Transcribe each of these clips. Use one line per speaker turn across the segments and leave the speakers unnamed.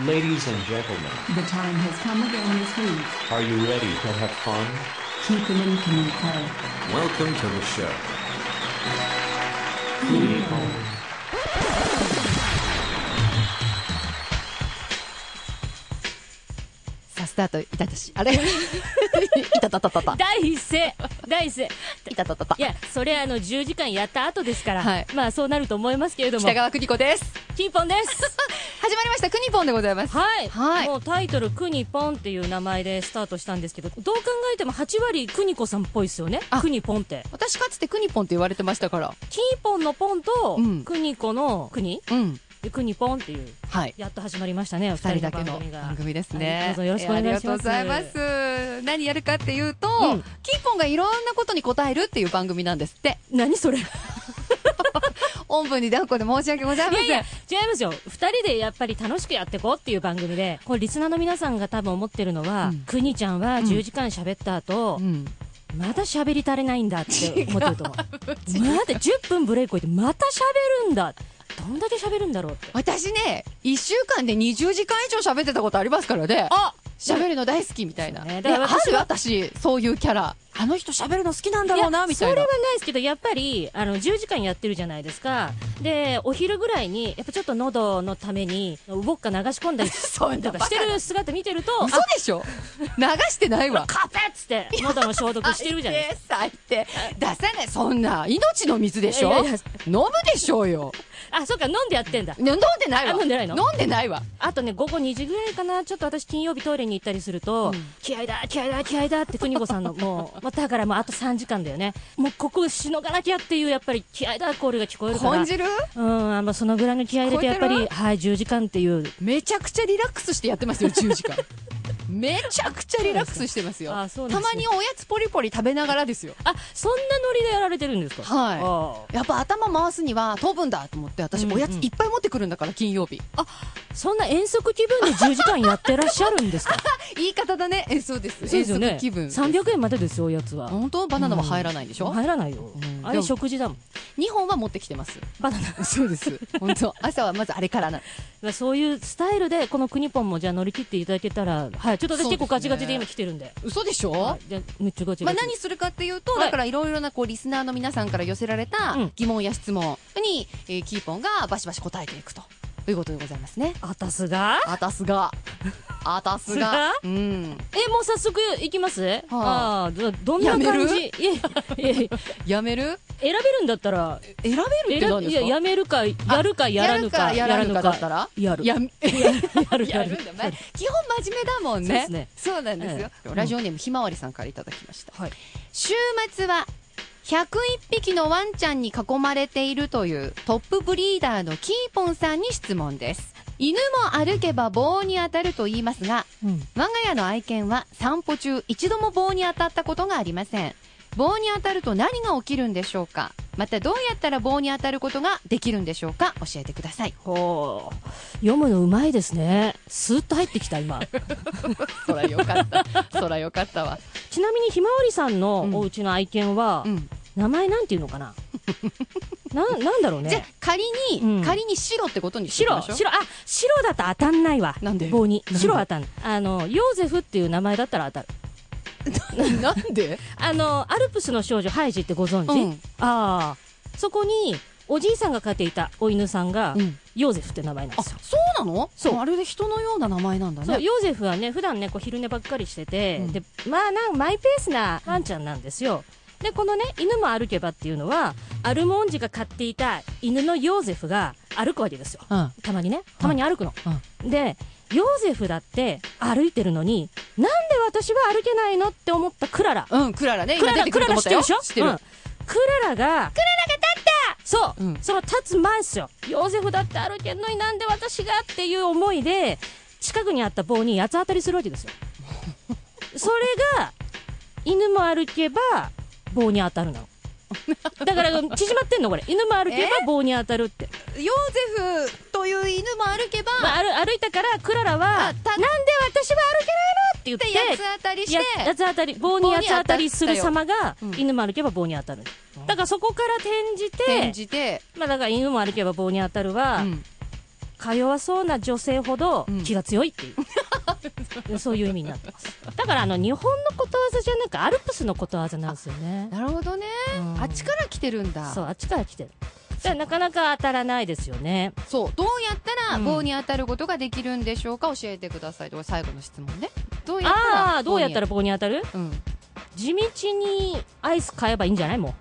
Ladies and gentlemen,
The time has come again this week.
are you ready to have fun?
Keep the link in the car.
Welcome to the show.
さあスタートいたたしあれ いたたたたた
第一声第一声
いたたたた
いやそれあの10時間やった後ですから、
はい
まあそうなると思いますけれども
北川邦子です
キーポンです
始まりましたクニポンでございます
はい、
はい
もうタイトル「くにぽん」っていう名前でスタートしたんですけどどう考えても8割くにこさんっぽいですよね
あ
くにぽんって
私かつてクニポンって言われてましたから
キーポンのポンと
うん
くにこのくに
うん
でくにぽんっていう
はい
やっと始まりましたねお
二
二
人
人
だ
の
け
番
の
組が
番組ですね、
はいどうぞよろしくお願いします
えーありがとうございます何やるかっていうと、
うん
キーポンがいろんなことに答えるっていう番組なんですって
何それい
おんぶに抱っこで申し訳ございません
やいや違いますよ二人でやっぱり楽しくやっていこうっていう番組でこれリスナーの皆さんが多分思ってるのは、
うん
くにちゃんは10時間喋った後、
うん、
まだ喋り足りないんだって思ってると思う。まだ10分ブレイク置いてまた喋るんだ。どんだけ喋るんだろうって。
私ね1週間で20時間以上喋ってたことありますからね
あ
喋るの大好きみたいな、
そう
で
ねだから
あ
私
る私そういうキャラあの人喋るの好きなんだろうなみたい
それ
な
はないですけど、やっぱり、あの、10時間やってるじゃないですか。で、お昼ぐらいに、やっぱちょっと喉のために、ウォッカ流し込んだり
そんな
と
バ
か
カ
してる姿見てると、
嘘
あ、
でしょ流してないわ
カペッつって、喉の消毒してるじゃないですか。
最低最低出さないそんな命の水でしょ
いやいや
飲むでしょうよ
あ、そうか、飲んでやってんだ。
ね飲んでないわ
あ飲んでないの
飲んでないわ
あとね、午後2時ぐらいかな、ちょっと私金曜日トイレに行ったりすると、気合だ、気合だ、気合だって、邦子さんのもう、まあ、 だからもうあと3時間だよね。もうここしのがなきゃっていう、やっぱり気合だ、コールが聞こえるから。
感じる
うん、あの、そのぐらいの気合入れて、やっぱ
聞こえ
り、
て
はい、10時間っていう。
めちゃくちゃリラックスしてやってます よ10時間めちゃくちゃリラックスしてますよ
あそうなん
た
ですね
まにおやつポリポリ食べながらですよ
あ、そんなノリでやられてるんですか
はい
あ
やっぱ頭回すには糖分だと思って私
うんうん
おやついっぱい持ってくるんだから金曜日あ
あそんな遠足気分で10時間やってらっしゃるんですか
言い方だねえそうです
そうですよ
遠
ね。
足気分
300円までですよ、おやつは。
本当バナナは入らないでしょ、
入らないよ。
うん
あ
で
れ
も
食事だもん。
2本は持ってきてます
バナナ。
そうです本当朝はまずあれからな
まあそういうスタイルで、この国ポンもじゃあ乗り切っていただけたら、はい、ちょっと私
そうですね
結構ガチガチで今来てるんで。
嘘でしょ、
はいじゃあめっちゃガチ
ま
ガ
あ、
チ。
何するかっていうと、
はい
だからいろいろなこうリスナーの皆さんから寄せられた
うん
疑問や質問に、えーキーポンがバシバシ答えていくということでございますね
あたすが
あたすが あたすがうん
え、もう早速いきます、ああ、どどん
や
な
める
感じいやいやいや
やめる
選べるんだったら、
選べるって
選
何で
べい
す
や、
か
やめるか、やるか、やらぬか、
やらぬかだったら
やる。
や
や
め
る、
や
や
る
る
ん。だ、まあ、基本真面目だもんね
そうですね
そうなんですよ、
ええ
ラジオネームひまわりさんからいただきました
はい。
週末は101匹のワンちゃんに囲まれているというトップブリーダーのキーポンさんに質問です犬も歩けば棒に当たると言いますが
うん。
我が家の愛犬は散歩中一度も棒に当たったことがありません棒に当たると何が起きるんでしょうかまたどうやったら棒に当たることができるんでしょうか教えてください
ほう。読むのうまいですね。スーッと入ってき た、今。
そらよかったそらよかったわ
ちなみにひまわりさんのお家の愛犬は、
うん
名前なんていうの かなな、なんだろうね。
じゃあ仮に、
うん
仮に白ってことにしてみ
白、
ましょう
白、あ、白だと当たんないわ。
なんで
棒に
なん。で
白は当たんない。あの、ヨーゼフっていう名前だったら当たる。
なんで、
あの、アルプスの少女ハイジってご存知、
うん
ああ。そこに、おじいさんが飼っていたお犬さんが、
うん
ヨーゼフって名前なん
あ
ですよ。
そうなの
そう
まるで人のような名前なんだ
そう、
ね
ヨーゼフはね、普段ね、こう昼寝ばっかりしてて、
うん
で、まあなん、マイペースなワンちゃんなんですよ。で、このね、犬も歩けばっていうのは、アルモンジが飼っていた犬のヨーゼフが歩くわけですよ。
うん
たまにね、たまに歩くの。で、ヨーゼフだって歩いてるのに、なんで私は歩けないのって思ったクララ。
うん、クララね
ク
今
ラ
出
ラ、
て
ク
くる
ラ
と
ラ
思
知
ったよ
ってるでし
知
ょ
ってる、
うんクララが、クララが立ったそう、
うん
その立つ前ですよ。ヨーゼフだって歩けんのになんで私がっていう思いで、近くにあった棒に八つ当たりするわけで すよ。それが、犬も歩けば棒に当たるなの。だから縮まってんのこれ。犬も歩けば棒に当たるって。
ヨーゼフという犬も歩けば、
まあ、歩歩いたからクララは、な
あ
んで
た
私は歩けないのって
で
言っ
八
て
つ、当たりして
や八つ当たり棒に八つ当たりする様が
うん
犬も歩けば棒に当たる、だからそこから転じて
転じて、
まあ、だから犬も歩けば棒に当たる
う
は、
ん
か弱そうな女性ほど
うん
気が強いっていう、 そういう意味になってますだからあの日本のことわざじゃなくアルプスのことわざなんですよね
なるほどね、
うん
あっちから来てるんだ
そ
そうう
あっちから来てるだからなかなか当たらないですよね
どうやったら
うん
棒に当たることができるんでしょうか教えてくださいと最後の質問ねどうやったら
ああーどうやったら棒に当たる
棒に、うん、
地道にアイス買えばいいんじゃないも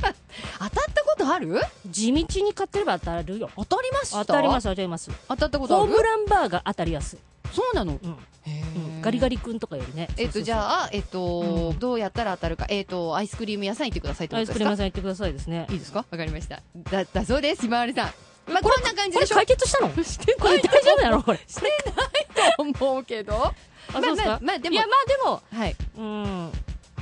当たったことある
う地道に買ってれば当たるよ
当たりました
当たりますす当たります
当たったこと
ホ
あ
ー
る
ムランバーが当たりやすい、
そうなの、
うん
へ
うん
ー
ガリガリ君とかよりね
えっと、じ
あ
ゃあ、えっと
う、ん
どうやったら当たるか、えっと、アイスクリーム屋さん行ってくださいって
ア
こ
イ
と
ス
です
クリーム屋
か
さん行ってくださいですね
いいですかわかりました。だ、だそうです、ひまわりさん。まあ、こんな感じ
こ
で
れ
しょ
解決したの
して
これ大丈夫なのこ れ
してないと思うけど。あ、
あそうですか
まあ、まあ、で
い
も
や、まあ
はい。
でもうん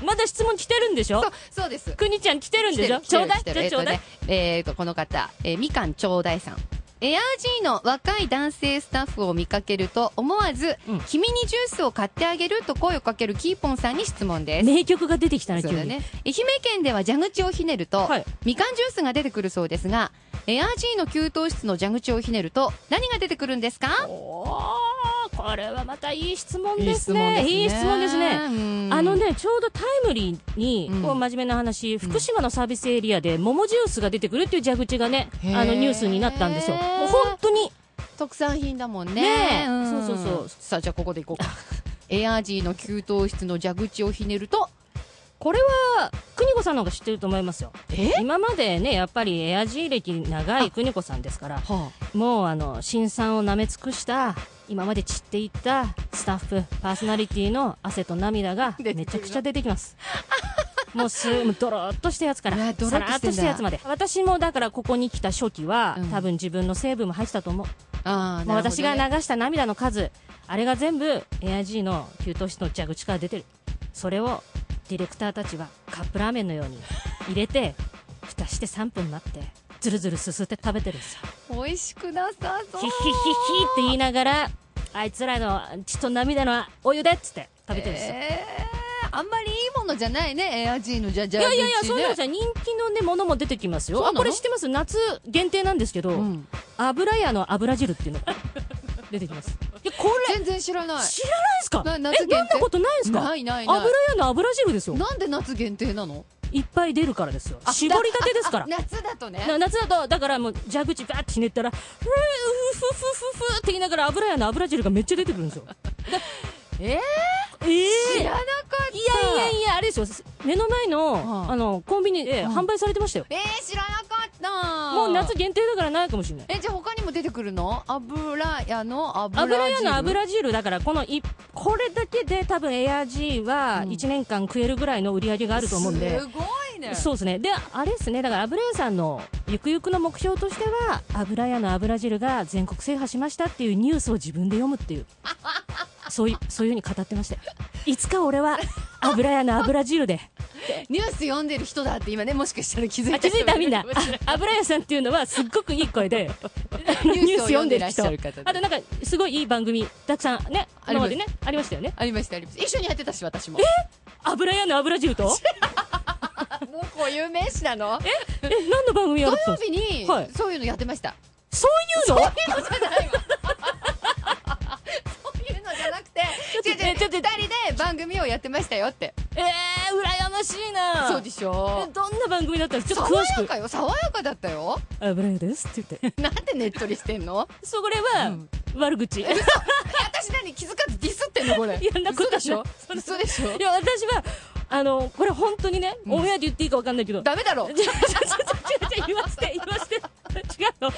まだ質問来てるんでしょ
そう、そうです。
くにちゃん来てるんでしょ
来
ち
て
ょ
る
うだい
来て
じ
る来て
ゃあ
る
ちょうだい
えっとねえっと、この方、えーみかんちょうだいさん。エアージーの若い男性スタッフを見かけると思わず、
うん
君にジュースを買ってあげると声をかけるキーポンさんに質問です。
名曲が出てきたな
そ
急
うだ
に
ね、愛媛県では蛇口をひねると、
はい
みかんジュースが出てくるそうですがエアージーの給湯室の蛇口をひねると何が出てくるんですか
おーこれはまたいい質問
いい
で
質
す
問です
ね
ね
いい質問ですね
うん
あのね、ちょうどタイムリーに、
うん
こう真面目な話、福島のサービスエリアで桃ジュースが出てくるっていう蛇口がね、
へー
あのニュースになったんですよ。もう本当に、
特産品だもんね
ねえ
ん
そうそうそう
さあじゃあここでいこうか エアージーの給湯室の蛇口をひねるとこれは
邦子さんの方が知ってると思いますよ。
え
今までね、やっぱりエアジー歴長い邦子さんですから、
はあ
もうあの、辛酸を舐め尽くした、今まで散っていったスタッフ、パーソナリティの汗と涙が
出てくるの
めちゃくちゃ出て きます。もうすもうドローっとしたやつか
うわ
ら、
ドロ
さ
ッとしてんだ
らーっとしたやつまで。私もだからここに来た初期は、
うん
多分自分の成分も入ってたと思う。
あー
もう
なるほどね
私が流した涙の数、あれが全部エア G の給湯室の蛇口から出てる。それをディレクターたちはカップラーメンのように入れて、蓋して3分待って、ずるずるすすって食べてるんですよ。
美味しくなさそう
ヒッヒッヒッヒッって言いながら、あいつらの血と涙のお湯でっつって食べてるんですよ。
えーあんまりいいものじゃないねエアージーのじゃ蛇口
いや
ね
いやいや、そういうのじゃ人気のね、ものも出てきます
そう
よ。
な
あ、
の
これ知ってます夏限定なんですけど、
うん
油屋の油汁っていうのが出てきます。いや、これ、
全然知らない
知らないですか
な
え、飲ん
夏限定
だことないですか
ないないない
油屋の油汁ですよ。
なんで夏限定なの
いっぱい出るからですよ。
あ
絞りたてですから
あ。夏だとね
な夏だと、だからもう蛇口バーってひねったら、ふーふふふふふって言いながら油屋の油汁がめっちゃ出てくるんですよ。
え
ええ
ー、知らなかった
いやいやいや、あれですよ。目の前の、
はあ
あの、コンビニで
はあ
販売されてましたよ。
えー、知らなかった
もう夏限定だからないかもしれない。
えじゃあ他にも出てくるの油屋の油
油屋
汁
の油汁だからこのいこれだけで多分エア G は
うん
1年間食えるぐらいの売り上げがあると思うんで、
すごいね
そうですね。で、あれですね。だから油屋さんのゆくゆくの目標としては、油屋の油汁が全国制覇しましたっていうニュースを自分で読むっ ていう。そういう、そういうふうに語ってましたよ。いつか俺は油屋の油汁で。
ニュース読んでる人だって今ねもしかしたら気づい
あ、
た
気
人
づいた
も
みん
る
な。
かもしれい
あ油屋さんっていうのはすっごくいい声で、
ニ
ニ
ュー
ュー
スを読
スを読
ん
ん
で
で
ら
る
っし
人。
ゃ
あ
る
と
方で
なんか、すごいいい番組、たくさんね、
あります
今までね、ありましたよね。
ありましたありました一緒にやってたし私も
油屋の油汁と
あもうこういう名詞なの え
え、何の番組や
土
ってた
曜
んですか
日に
はい
そういうのやってました、
そう
そ
いうの
ういうのじゃないわそういうのじゃなくて
ちょっと
違う違う
ちょっと
二人で番組をやってましたよって
えー、羨ましいな
そうでしょ
えどんな番組だったんですちょっと
爽
詳し
や
く
かよ爽やかだったよ
「油屋です」って言っ て
なんでねっとりしてんの
そこれは、
うん
悪口いや
私何気づかずディスってんのこれ
いやんなこと
嘘でしょ
そんな
嘘でしょ
私はあのこれ本当にね、オンエアで言っていいか分かんないけど
ダメだろ
違う違う違う違う言わせて言わせて違うの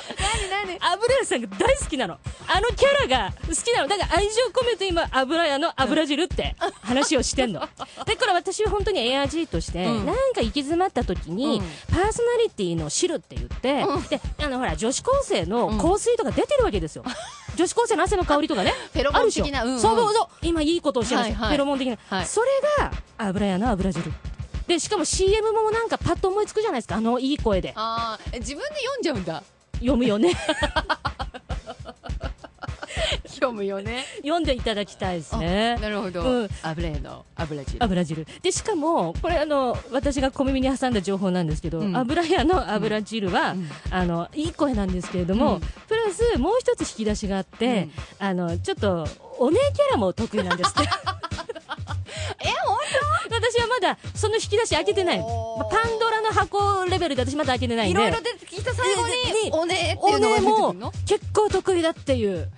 何何
油屋さんが大好きなのあのキャラが好きなのだから愛情込めて今油屋の油汁って話をして んのだから私は本当にエアジーとして、
うん
なんか行き詰まった時に、
うん
パーソナリティの汁って言って、であのほら女子高生の香水とか出てるわ けですよ、女子高生の汗の香りとかね
フェロモン
あるでしょ
的なうんうん
そうそうそう今いいことをしてるんですよ、
はいはい
フェロモン的な、
はい
それが油屋の油汁でしかも CM もなんかパッと思いつくじゃないですかあのいい声で
あーえ自分で読んじゃうんだ
読むよね
気読むよね。
読んでいただきたいです
あ
ね。
なるほど。
うん
油絵の油汁。
油汁でしかもこれあの私が小耳に挟んだ情報なんですけど、
うん
油屋の油汁は、
うん
あのいい声なんですけれども、
うん
プラスもう一つ引き出しがあって、あのちょっとお姉キャラも得意なんで すってえ本当私はまだその引き出し開けてない、ま
おー
あパンドラの箱レベルで私まだ開けてないん
い
で
ろいろ出てきた最後に
ね、
おねってい
お
うのが
姉
出てく
も
るの
結構得意だっていう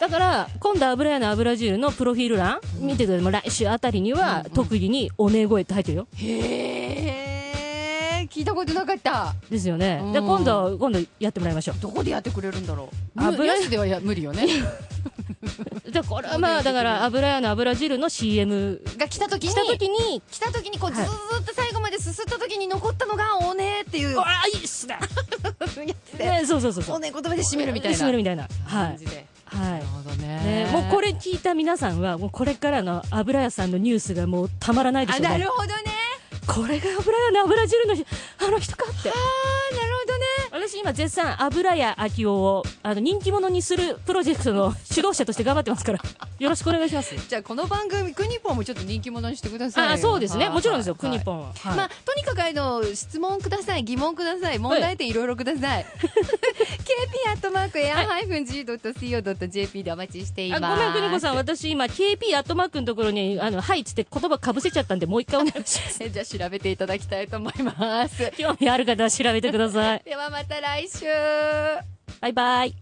だから今度油屋の油汁のプロフィール欄見てくださいもう来週あたりには特技にお姉声って入ってるよ
へえ、聞いたことなかった。
ですよね
うん
で今度今度やってもらいましょ
どこでやってくれるんだろう。
油絵
油絵ではや無理よ ね。
うでこれは まあだから油屋の油汁の CM
が来た時に
来た時に
来た時にこうず
は
ー
い
っと最後まですすった時に残ったのがおねっていう
「
や
わあいいっすね
つ」で
ねそうそうそうそう
おね言葉で締めるみたいな
締めるみたいなは
感
い
じで。
は
ないるほどね
ね、もうこれ聞いた皆さんはもうこれからの油屋さんのニュースがもうたまらないでし
あ
ょうね
なるほどね
これが油屋の油汁の日あの人かって
ああなるほどね
私今絶賛油屋秋夫をあの人気者にするプロジェクトの主導者として頑張ってますからよろしくお願いします
じゃあこの番組クニポンもちょっと人気者にしてくださいよ
ああそうですねもちろんですよ
はい
くにぽんは、はい
まあ、とにかくあの質問ください疑問ください問題点いろいろください、KP アットマークエアハイフン G.CO.JP でお待ちしていま
あ
す
ごめん、くにこさん、私今、KP アットマークのところに、あの、はいっつって言葉かぶせちゃったんで、もう一回お願いします。
ん じゃあ調べていただきたいと思います
興味ある方は調べてください。
ではまた来週
バイバイ。